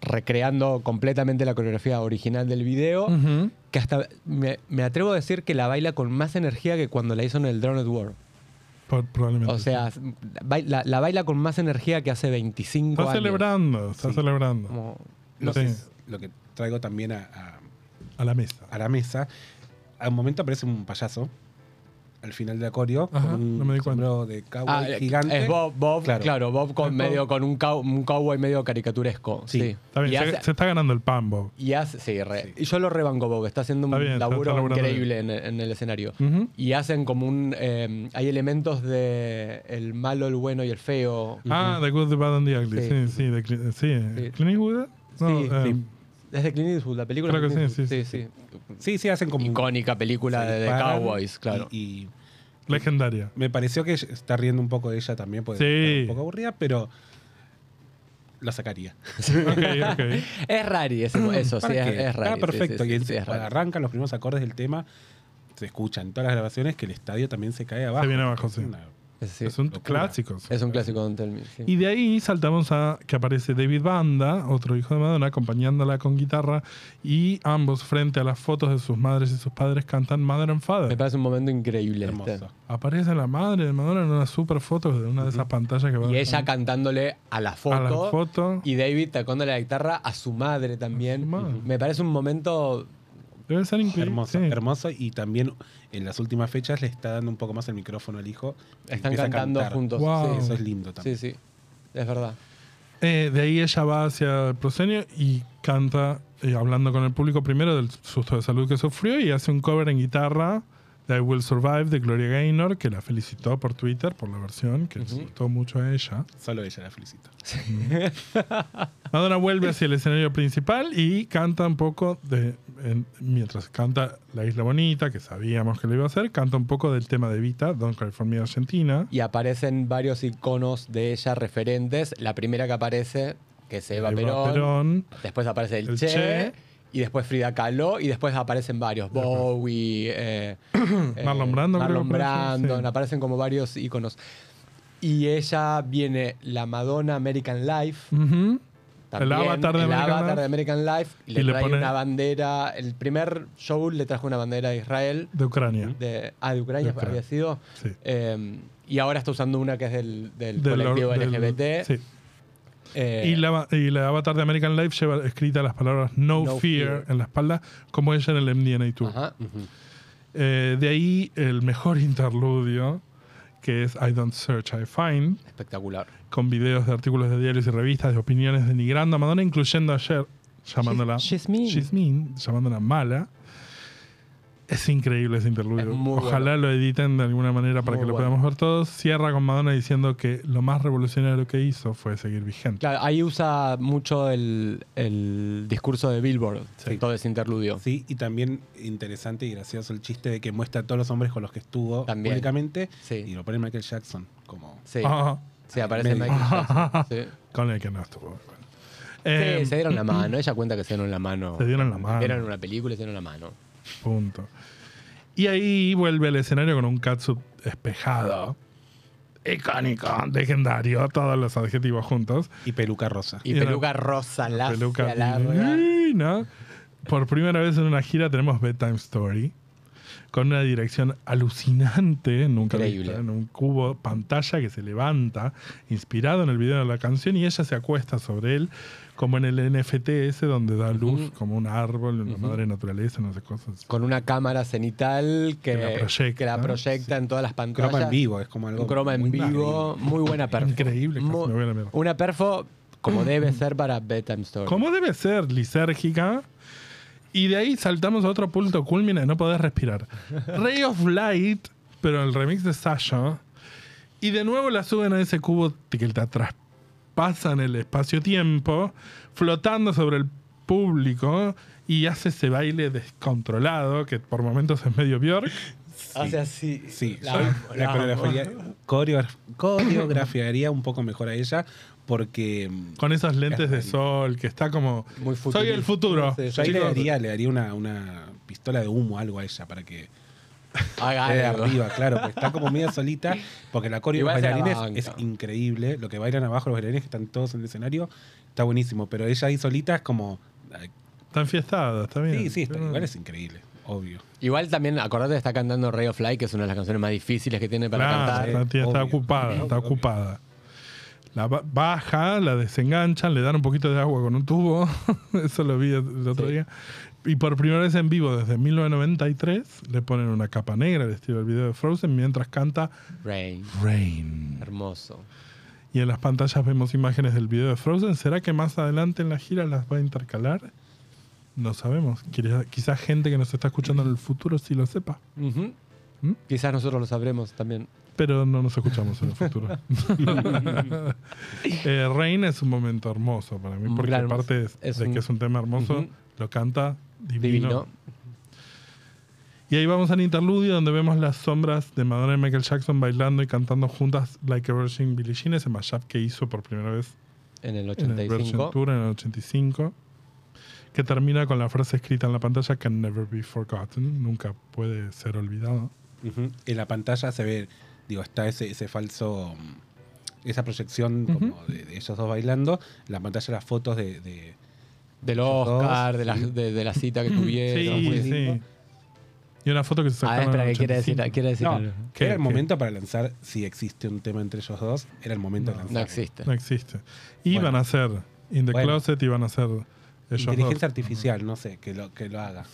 recreando completamente la coreografía original del video, que hasta me, me atrevo a decir que la baila con más energía que cuando la hizo en el Drowned World.
Por- probablemente.
O sea, baila- la, baila con más energía que hace 25
Está
años.
celebrando, está
Sí.
celebrando.
Como-
Lo,
Sí.
que, lo que traigo también a, a-
A la mesa.
a la mesa. A un momento aparece un payaso al final de acorio
Ajá,
con un
no me di cuenta.
sombrero de cowboy
Ah,
gigante.
es Bob, Bob,
Claro.
claro, Bob con,
Es Bob.
medio, con un, cow- un cowboy medio caricaturesco.
Sí,
Sí,
Está bien,
Y
se,
hace-
se está ganando el pan, Bob.
Y hace, sí, re- y yo lo rebanco Bob, está haciendo un
Está bien, está-
laburo
está laburando
increíble en, en el escenario.
Ujú.
Y hacen como un... eh, hay elementos de el malo, el bueno y el feo.
Mm.
Ah, The Good, The Bad and The Ugly. Sí, sí,
Sí.
de Cli- sí. ¿eh?
Sí.
¿Clint Eastwood? No,
Sí,
eh,
sí. Desde Clint Eastwood, la película.
Creo
de
que
Clint
sí,
Eastwood.
sí,
Sí, sí, hacen como un-
Icónica película
se
de, de
disparan
cowboys,
y-
claro.
Y,
Legendaria.
me pareció que ella- está riendo un poco de ella también, porque
Sí.
está un poco aburrida, pero la sacaría.
Ok, ok.
Es rari, ese- eso sí,
¿Para
es,
qué?
es rari.
Está perfecto. y
sí, sí, sí,
en-
sí, es
cuando
rari.
arrancan los primeros acordes del tema, se escuchan todas las grabaciones que el estadio también se cae abajo.
Se viene abajo, sí.
Una-
Es, sí.
Es un
Locura.
clásico.
Es un clásico de Don't Tell Me, sí.
Y de ahí saltamos a que aparece David Banda, otro hijo de Madonna, acompañándola con guitarra y ambos frente a las fotos de sus madres y sus padres cantan Mother
Me
and Father.
parece un momento increíble. este.
Hermoso.
Aparece la madre de Madonna en una super foto de una de esas pantallas que va
Y ella cantándole a la foto.
a la foto.
Y David tocando la guitarra a su madre también.
A su madre.
Me parece un momento
Debe ser increíble.
Hermoso,
sí.
hermoso. Y también en las últimas fechas le está dando un poco más el micrófono al hijo. y
Están
empieza a
cantando
cantar.
juntos.
Wow.
Sí,
Sí,
Eso es lindo
sí,
también.
sí. Es verdad.
Eh, de ahí ella va hacia el proscenio y canta, eh, hablando con el público primero del susto de salud que sufrió y hace un cover en guitarra de I Will Survive de Gloria Gaynor, que la felicitó por Twitter por la versión, que le gustó mucho a ella.
Solo ella la felicita.
Madonna vuelve hacia el escenario principal y canta un poco de. en- mientras canta La Isla Bonita, que sabíamos que lo iba a hacer, canta un poco del tema de Vita, Don't Cry for Me Argentina.
Y aparecen varios iconos de ella referentes. La primera que aparece, que es Eva,
Eva
Perón.
Perón.
Después aparece el,
El
che,
Che.
Y después Frida Kahlo. Y después aparecen varios. Bowie. eh, eh,
Marlon Brando, creo
Marlon
que aparece,
Brandon.
sí.
Aparecen como varios iconos. Y ella viene la Madonna American Life.
Ujú.
También,
El avatar
el
de American
avatar
Life.
de American Life. Y le
Y le
trae
pone-
una bandera. El primer show le trajo una bandera de Israel.
De Ucrania.
De, ah, de Ucrania
De Ucrania.
había sido.
Sí.
Eh, y ahora está usando una que es del, del
Del-
colectivo
del-
LGBT.
sí.
Eh,
Y la, y la avatar de American Life lleva escrita las palabras no,
No
fear,
fear.
en la espalda, como ella en el MDNA Tour.
ajá.
Eh, de ahí el mejor interludio, que es I Don't Search, I Find,
Espectacular.
con videos de artículos de diarios y revistas, de opiniones denigrando a Madonna, incluyendo ayer, llamándola
She's- she's mean.
mean, llamándola mala. Es increíble ese interludio.
Es muy
Ojalá lo editen de alguna manera para
Muy
que lo
bueno.
podamos ver todos. Cierra con Madonna diciendo que lo más revolucionario que hizo fue seguir vigente.
Claro, ahí usa mucho el, el discurso de Billboard, todo ese interludio.
Sí, y también interesante y gracioso el chiste de que muestra a todos los hombres con los que estuvo
También.
públicamente
Sí.
y lo pone Michael Jackson como
Sí,
Ah.
sí, aparece
medio.
Michael Jackson. Sí.
Con el que no estuvo. bueno.
Sí,
Eh,
se dieron la mano, ella cuenta que se dieron la mano.
Se dieron la mano.
Vieron una película y se dieron la mano.
Punto. Y ahí vuelve al escenario con un catsuit espejado. Icónico, legendario, todos los adjetivos juntos.
y peluca rosa.
Y
Y una
peluca rosa, la
Peluca
larga.
divina. Por primera vez en una gira tenemos Bedtime Story. Con una dirección alucinante, nunca
Increíble.
vista, en un cubo pantalla que se levanta, inspirado en el video de la canción, y ella se acuesta sobre él, como en el NFT ese donde da luz, como un árbol, una madre naturaleza, no sé cosas.
Con una cámara cenital que,
Que la proyecta,
que la proyecta en todas las pantallas.
croma en vivo, es como algo.
Un croma en
muy
vivo,
magnífico.
muy buena perfo.
Increíble, casi
Muy-
me voy a la mierda.
Una perfo como debe ser para Bedtime Story.
Como debe ser, lisérgica. Y de ahí saltamos a otro punto culmina de no poder respirar. Ray of Light, pero el remix de Sasha. Y de nuevo la suben a ese cubo que la traspasan el espacio-tiempo, flotando sobre el público y hace ese baile descontrolado que por momentos es medio Bjork.
Hace así.
Sí,
la
yo
amo,
la,
la amo.
coreografía, coreograf- coreografiaría un poco mejor a ella porque mm,
Con esos lentes de sol, que está como...
Muy
Soy el futuro.
futurista, sí,
yo ahí le
chicos".
daría, le daría una, una pistola de humo algo a ella para que
Haga
quede
algo.
arriba, claro, porque está como media solita, porque la coreo de los
Igual se la
bailarines es
banca.
increíble, lo que bailan abajo los bailarines que están todos en el escenario está buenísimo, pero ella ahí solita es como ay,
Está enfiestada, está bien.
Sí, sí, está, igual es increíble, obbio.
Igual también, acordate, está cantando Ray of Light, que es una de las canciones más difíciles que tiene para
Claro,
cantar.
está- está,
obvio.
ocupada, está ocupada. La ba- baja, la desenganchan, le dan un poquito de agua con un tubo. Eso lo vi el otro día. Y por primera vez en vivo desde 1993 le ponen una capa negra al estilo del video de Frozen mientras canta
Rain,
Rain.
hermoso.
Y en las pantallas vemos imágenes del video de Frozen. ¿Será que más adelante en la gira las va a intercalar? No sabemos. Quizás quizá gente que nos está escuchando en el futuro sí lo sepa.
Ujú.
¿Mm?
Quizás nosotros lo sabremos también.
pero no nos escuchamos en el futuro. eh, Rain es un momento hermoso para mí,
Un
porque
gran-
aparte de-
es
de
un-
que es un tema hermoso,
Ujú.
lo canta divino.
Divino.
Y ahí vamos al interludio donde vemos las sombras de Madonna y Michael Jackson bailando y cantando juntas Like a Virgin Billie Jean, ese mashup que hizo por primera vez
En el
en el Virgin
85.
Tour en el 85, que termina con la frase escrita en la pantalla Can never be forgotten, nunca puede ser olvidado.
Ujú. En la pantalla se ve, digo, está ese, ese falso, mm, esa proyección como de, de ellos dos bailando, en la pantalla las fotos de... de-
Del
Ellos dos,
Oscar, de la,
sí.
de, de la cita que tuvieron.
Sí,
muy lindo.
sí. Y una foto que se
Ah,
sacaron
espera,
en
que
el
quiere decir,
85.
quiere decir
No,
algo.
que era el
¿Qué?
momento para lanzar, si existe un tema entre ellos dos, era el momento de
No
lanzarlo.
existe.
No existe. Y
Bueno.
van a ser In the
Bueno.
Closet y van a ser Ellos
Inteligencia
dos.
artificial, no sé, que lo, que lo haga.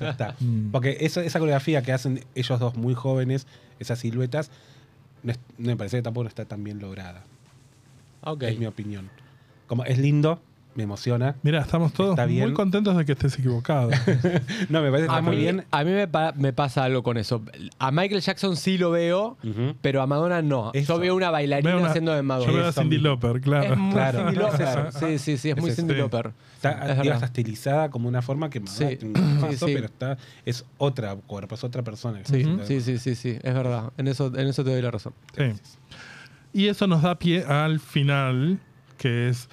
Ya está.
Mm.
Porque esa, esa coreografía que hacen ellos dos muy jóvenes, esas siluetas, no es- no me parece que tampoco está tan bien lograda.
Ok.
Es mi opinión. Como es lindo, me emociona.
Mira, estamos todos
Está
muy
bien.
contentos de que estés equivocado.
No, me parece que
Ah, A
está muy
mí,
bien.
a mí me, pa- me pasa algo con eso. A Michael Jackson sí lo veo,
Ujú.
pero a Madonna no.
Eso.
Yo veo una bailarina
Veo una-
haciendo de
Yo veo
Madonna.
a
Eso
Cindy
mismo.
Lauper,
Es
claro.
muy
Claro,
Cyndi
es
Lauper.
eso.
Sí, sí, sí, es
Es
muy
eso,
Cindy
sí.
Lauper.
Está,
es
digo,
verdad.
está estilizada como una forma que Madonna
Sí.
tiene un cuerpazo,
Sí, sí.
pero está, es otra cuerpo, es otra persona.
Sí,
Entonces,
sí, sí, sí, sí, es verdad. En eso, en eso te doy la razón.
Sí. Y eso nos da pie al final, que es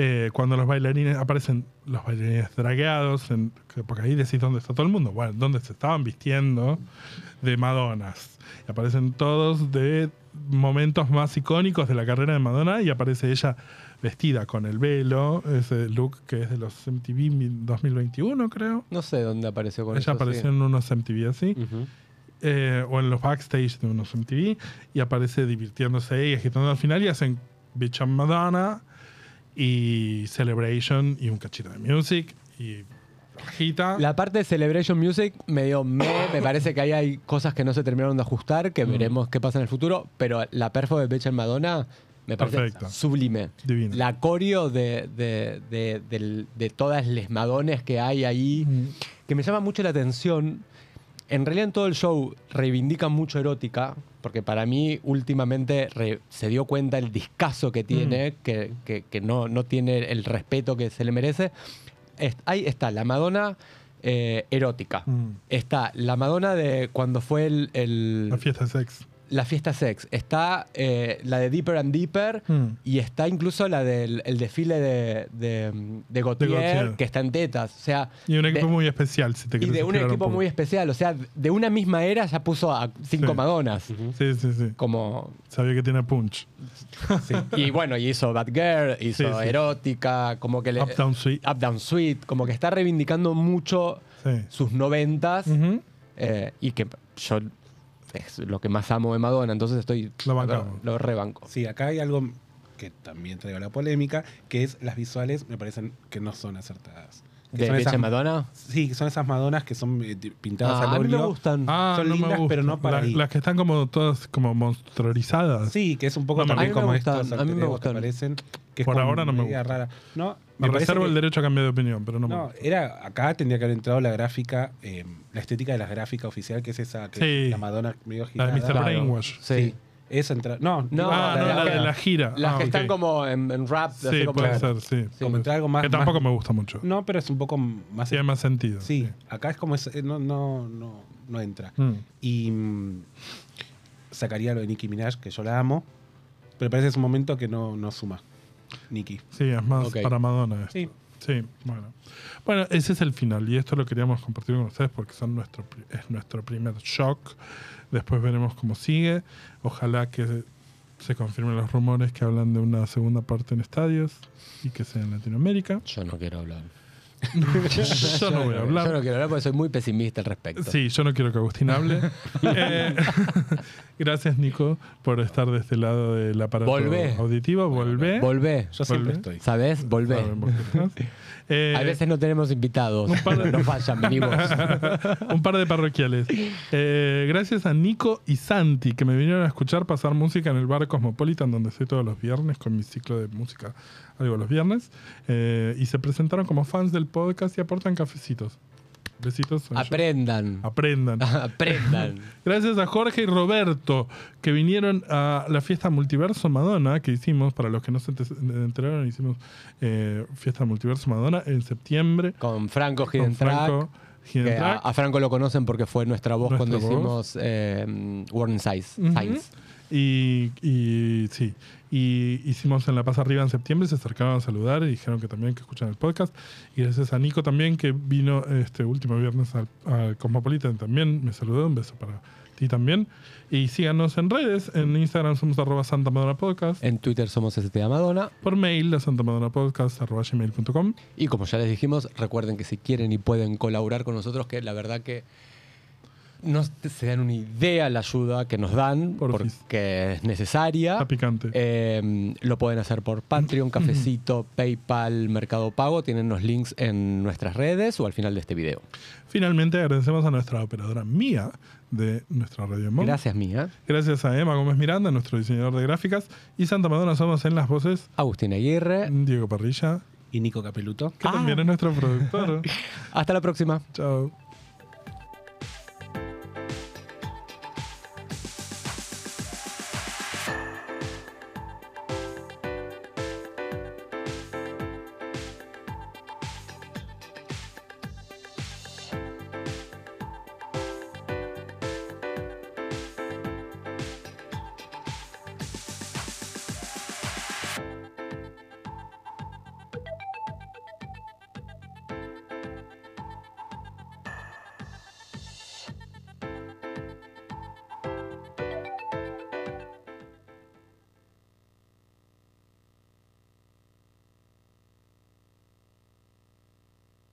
eh, cuando los bailarines aparecen, los bailarines dragueados, en- que- porque ahí decís dónde está todo el mundo. Bueno, dónde se estaban vistiendo de Madonas. Y aparecen todos de momentos más icónicos de la carrera de Madonna y aparece ella vestida con el velo, ese look que es de los MTV 2021, creo.
No sé dónde apareció con
Ella
eso,
apareció
sí.
en unos MTV así
Ujú.
eh, o en los backstage de unos MTV y aparece divirtiéndose y agitando al final y hacen Bitch and Madonna y Celebration y un cachito de music y agita.
La parte de Celebration Music medio me, me parece que ahí hay cosas que no se terminaron de ajustar,
Mm.
que veremos qué pasa en el futuro, pero la perfo de Becha en Madonna me parece
Perfecto.
sublime.
Divino.
La coreo de, de- de- del- de todas las Madones que hay ahí,
Mm.
que me llama mucho la atención. En realidad en todo el show reivindica mucho erótica, porque para mí últimamente re- se dio cuenta el discazo que
Mm.
tiene, que, que- que no, no tiene el respeto que se le merece. Es- ahí está, la Madonna eh, erótica.
Mm.
Está la Madonna de cuando fue el, el-
La fiesta de sex.
la fiesta sex. Está eh, la de Deeper and Deeper.
Mm.
Y está incluso la del el desfile de, de, de Gautier,
Gautier.
que está en tetas. O sea,
Y un
de-
equipo muy especial, si te
y
querés
de un
inspirar
equipo
poco.
muy especial. O sea, de una misma era ya puso a cinco
Sí.
Madonas.
Sí, sí, sí.
Como,
Sabía que tiene punch.
y bueno, y hizo Bad Girl, hizo
Sí, sí.
Erótica, como que le.
Uptown Suite.
Up Down Sweet, como que está reivindicando mucho
Sí.
sus noventas
Ujú.
eh, y que yo es lo que más amo de Madonna, entonces estoy
Lo bancamos.
lo rebanco.
Sí, acá hay algo que también traigo la polémica, que es las visuales me parecen que no son acertadas. Que
¿De
son
Becha
esas-
en Madonna?
Sí, que son esas madonas que son eh, di- pintadas
Ah,
al
a mí me
óleo.
gustan.
Ah,
Son
no me
lindas,
gusta.
pero no para
La-
ahí.
Las que están como todas como monstruizadas.
Sí, que es un poco
No, me
también
gustan.
como
A mí me
estos eh,
gustan, a mí me
alter egos
gustan.
que aparecen. Que es
Por
como
ahora no me
media
gusta.
rara. No,
Me
parece
reservo
que-
el derecho a cambiar de opinión, pero no, me
No,
gusta.
era, acá tendría que haber entrado la gráfica, eh, la estética de la gráfica oficial, que es esa que
Sí.
la Madonna medio
La de
agitada.
Mr. Brainwash.
Sí.
Esa entra- No,
No,
ah,
la-
no, la
la-
de la gira.
Las
Ah,
que están
ok.
como en, en rap, así
Sí,
como-
puede ser, sí.
como entrar algo más.
que tampoco
más-
me gusta mucho.
No, pero es un poco más.
Tiene más sentido.
sí, acá es como. es- eh, no, no, no, no entra.
Mm.
Y mm, sacaría lo de Nicki Minaj, que yo la amo, pero parece que es un momento que no, no suma. Nicki.
Sí, es más
Ok.
para Madonna. esto.
Sí.
Sí, bueno. Bueno, ese es el final y esto lo queríamos compartir con ustedes porque son nuestro, pri- es nuestro primer shock. Después veremos cómo sigue. Ojalá que se confirmen los rumores que hablan de una segunda parte en estadios y que sea en Latinoamérica.
Yo no quiero hablar.
Yo no voy a hablar.
Yo no quiero hablar porque soy muy pesimista al respecto.
Sí, yo no quiero que Agustín hable. Eh, gracias, Nico, por estar de este lado del aparato
Volvé.
auditivo. Volvé.
Volvé.
Yo siempre
Volvé.
estoy.
¿Sabés? Volvé.
Sabemos que estás. Eh,
A veces no tenemos invitados. No fallan, venimos.
un par de parroquiales. Eh, gracias a Nico y Santi que me vinieron a escuchar pasar música en el bar Cosmopolitan donde estoy todos los viernes con mi ciclo de música algo los viernes Eh, y se presentaron como fans del podcast y aportan cafecitos. Besitos. son ellos.
Aprendan.
Aprendan.
Aprendan.
Gracias a Jorge y Roberto que vinieron a la fiesta Multiverso Madonna que hicimos, para los que no se ente- enteraron, hicimos eh, fiesta Multiverso Madonna en septiembre
Con Franco
con
Hidden
Franco
Track, que
Hidden
a,
Track.
a Franco lo conocen porque fue nuestra voz
Nuestra
cuando
voz.
hicimos eh, Warning Size.
Ujú. Y, y sí, y hicimos en La Paz Arriba en septiembre, se acercaron a saludar y dijeron que también que escuchan el podcast. Y gracias a Nico también, que vino este último viernes al, al Cosmopolitan también, me saludó, un beso para ti también. Y síganos en redes, en Instagram somos arroba Santa Madonna Podcast,
En Twitter somos STA Madonna.
por mail la Santa Madonna Podcast arroba gmail.com.
Y como ya les dijimos, recuerden que si quieren y pueden colaborar con nosotros, que la verdad que no se dan una idea la ayuda que nos dan
Porfis.
porque es necesaria.
Está picante. Mm.
Eh, lo pueden hacer por Patreon, Cafecito,
Mm-hmm.
PayPal, Mercado Pago. Tienen los links en nuestras redes o al final de este video.
Finalmente agradecemos a nuestra operadora mía de nuestra radio Mom.
Gracias, Mía.
Gracias a Emma Gómez Miranda, nuestro diseñador de gráficas, y Santa Madonna somos en las voces
Agustín Aguirre.
Mm. Diego Parrilla,
Y Nico Capeluto.
Ah, que también es nuestro productor.
Hasta la próxima.
Chao.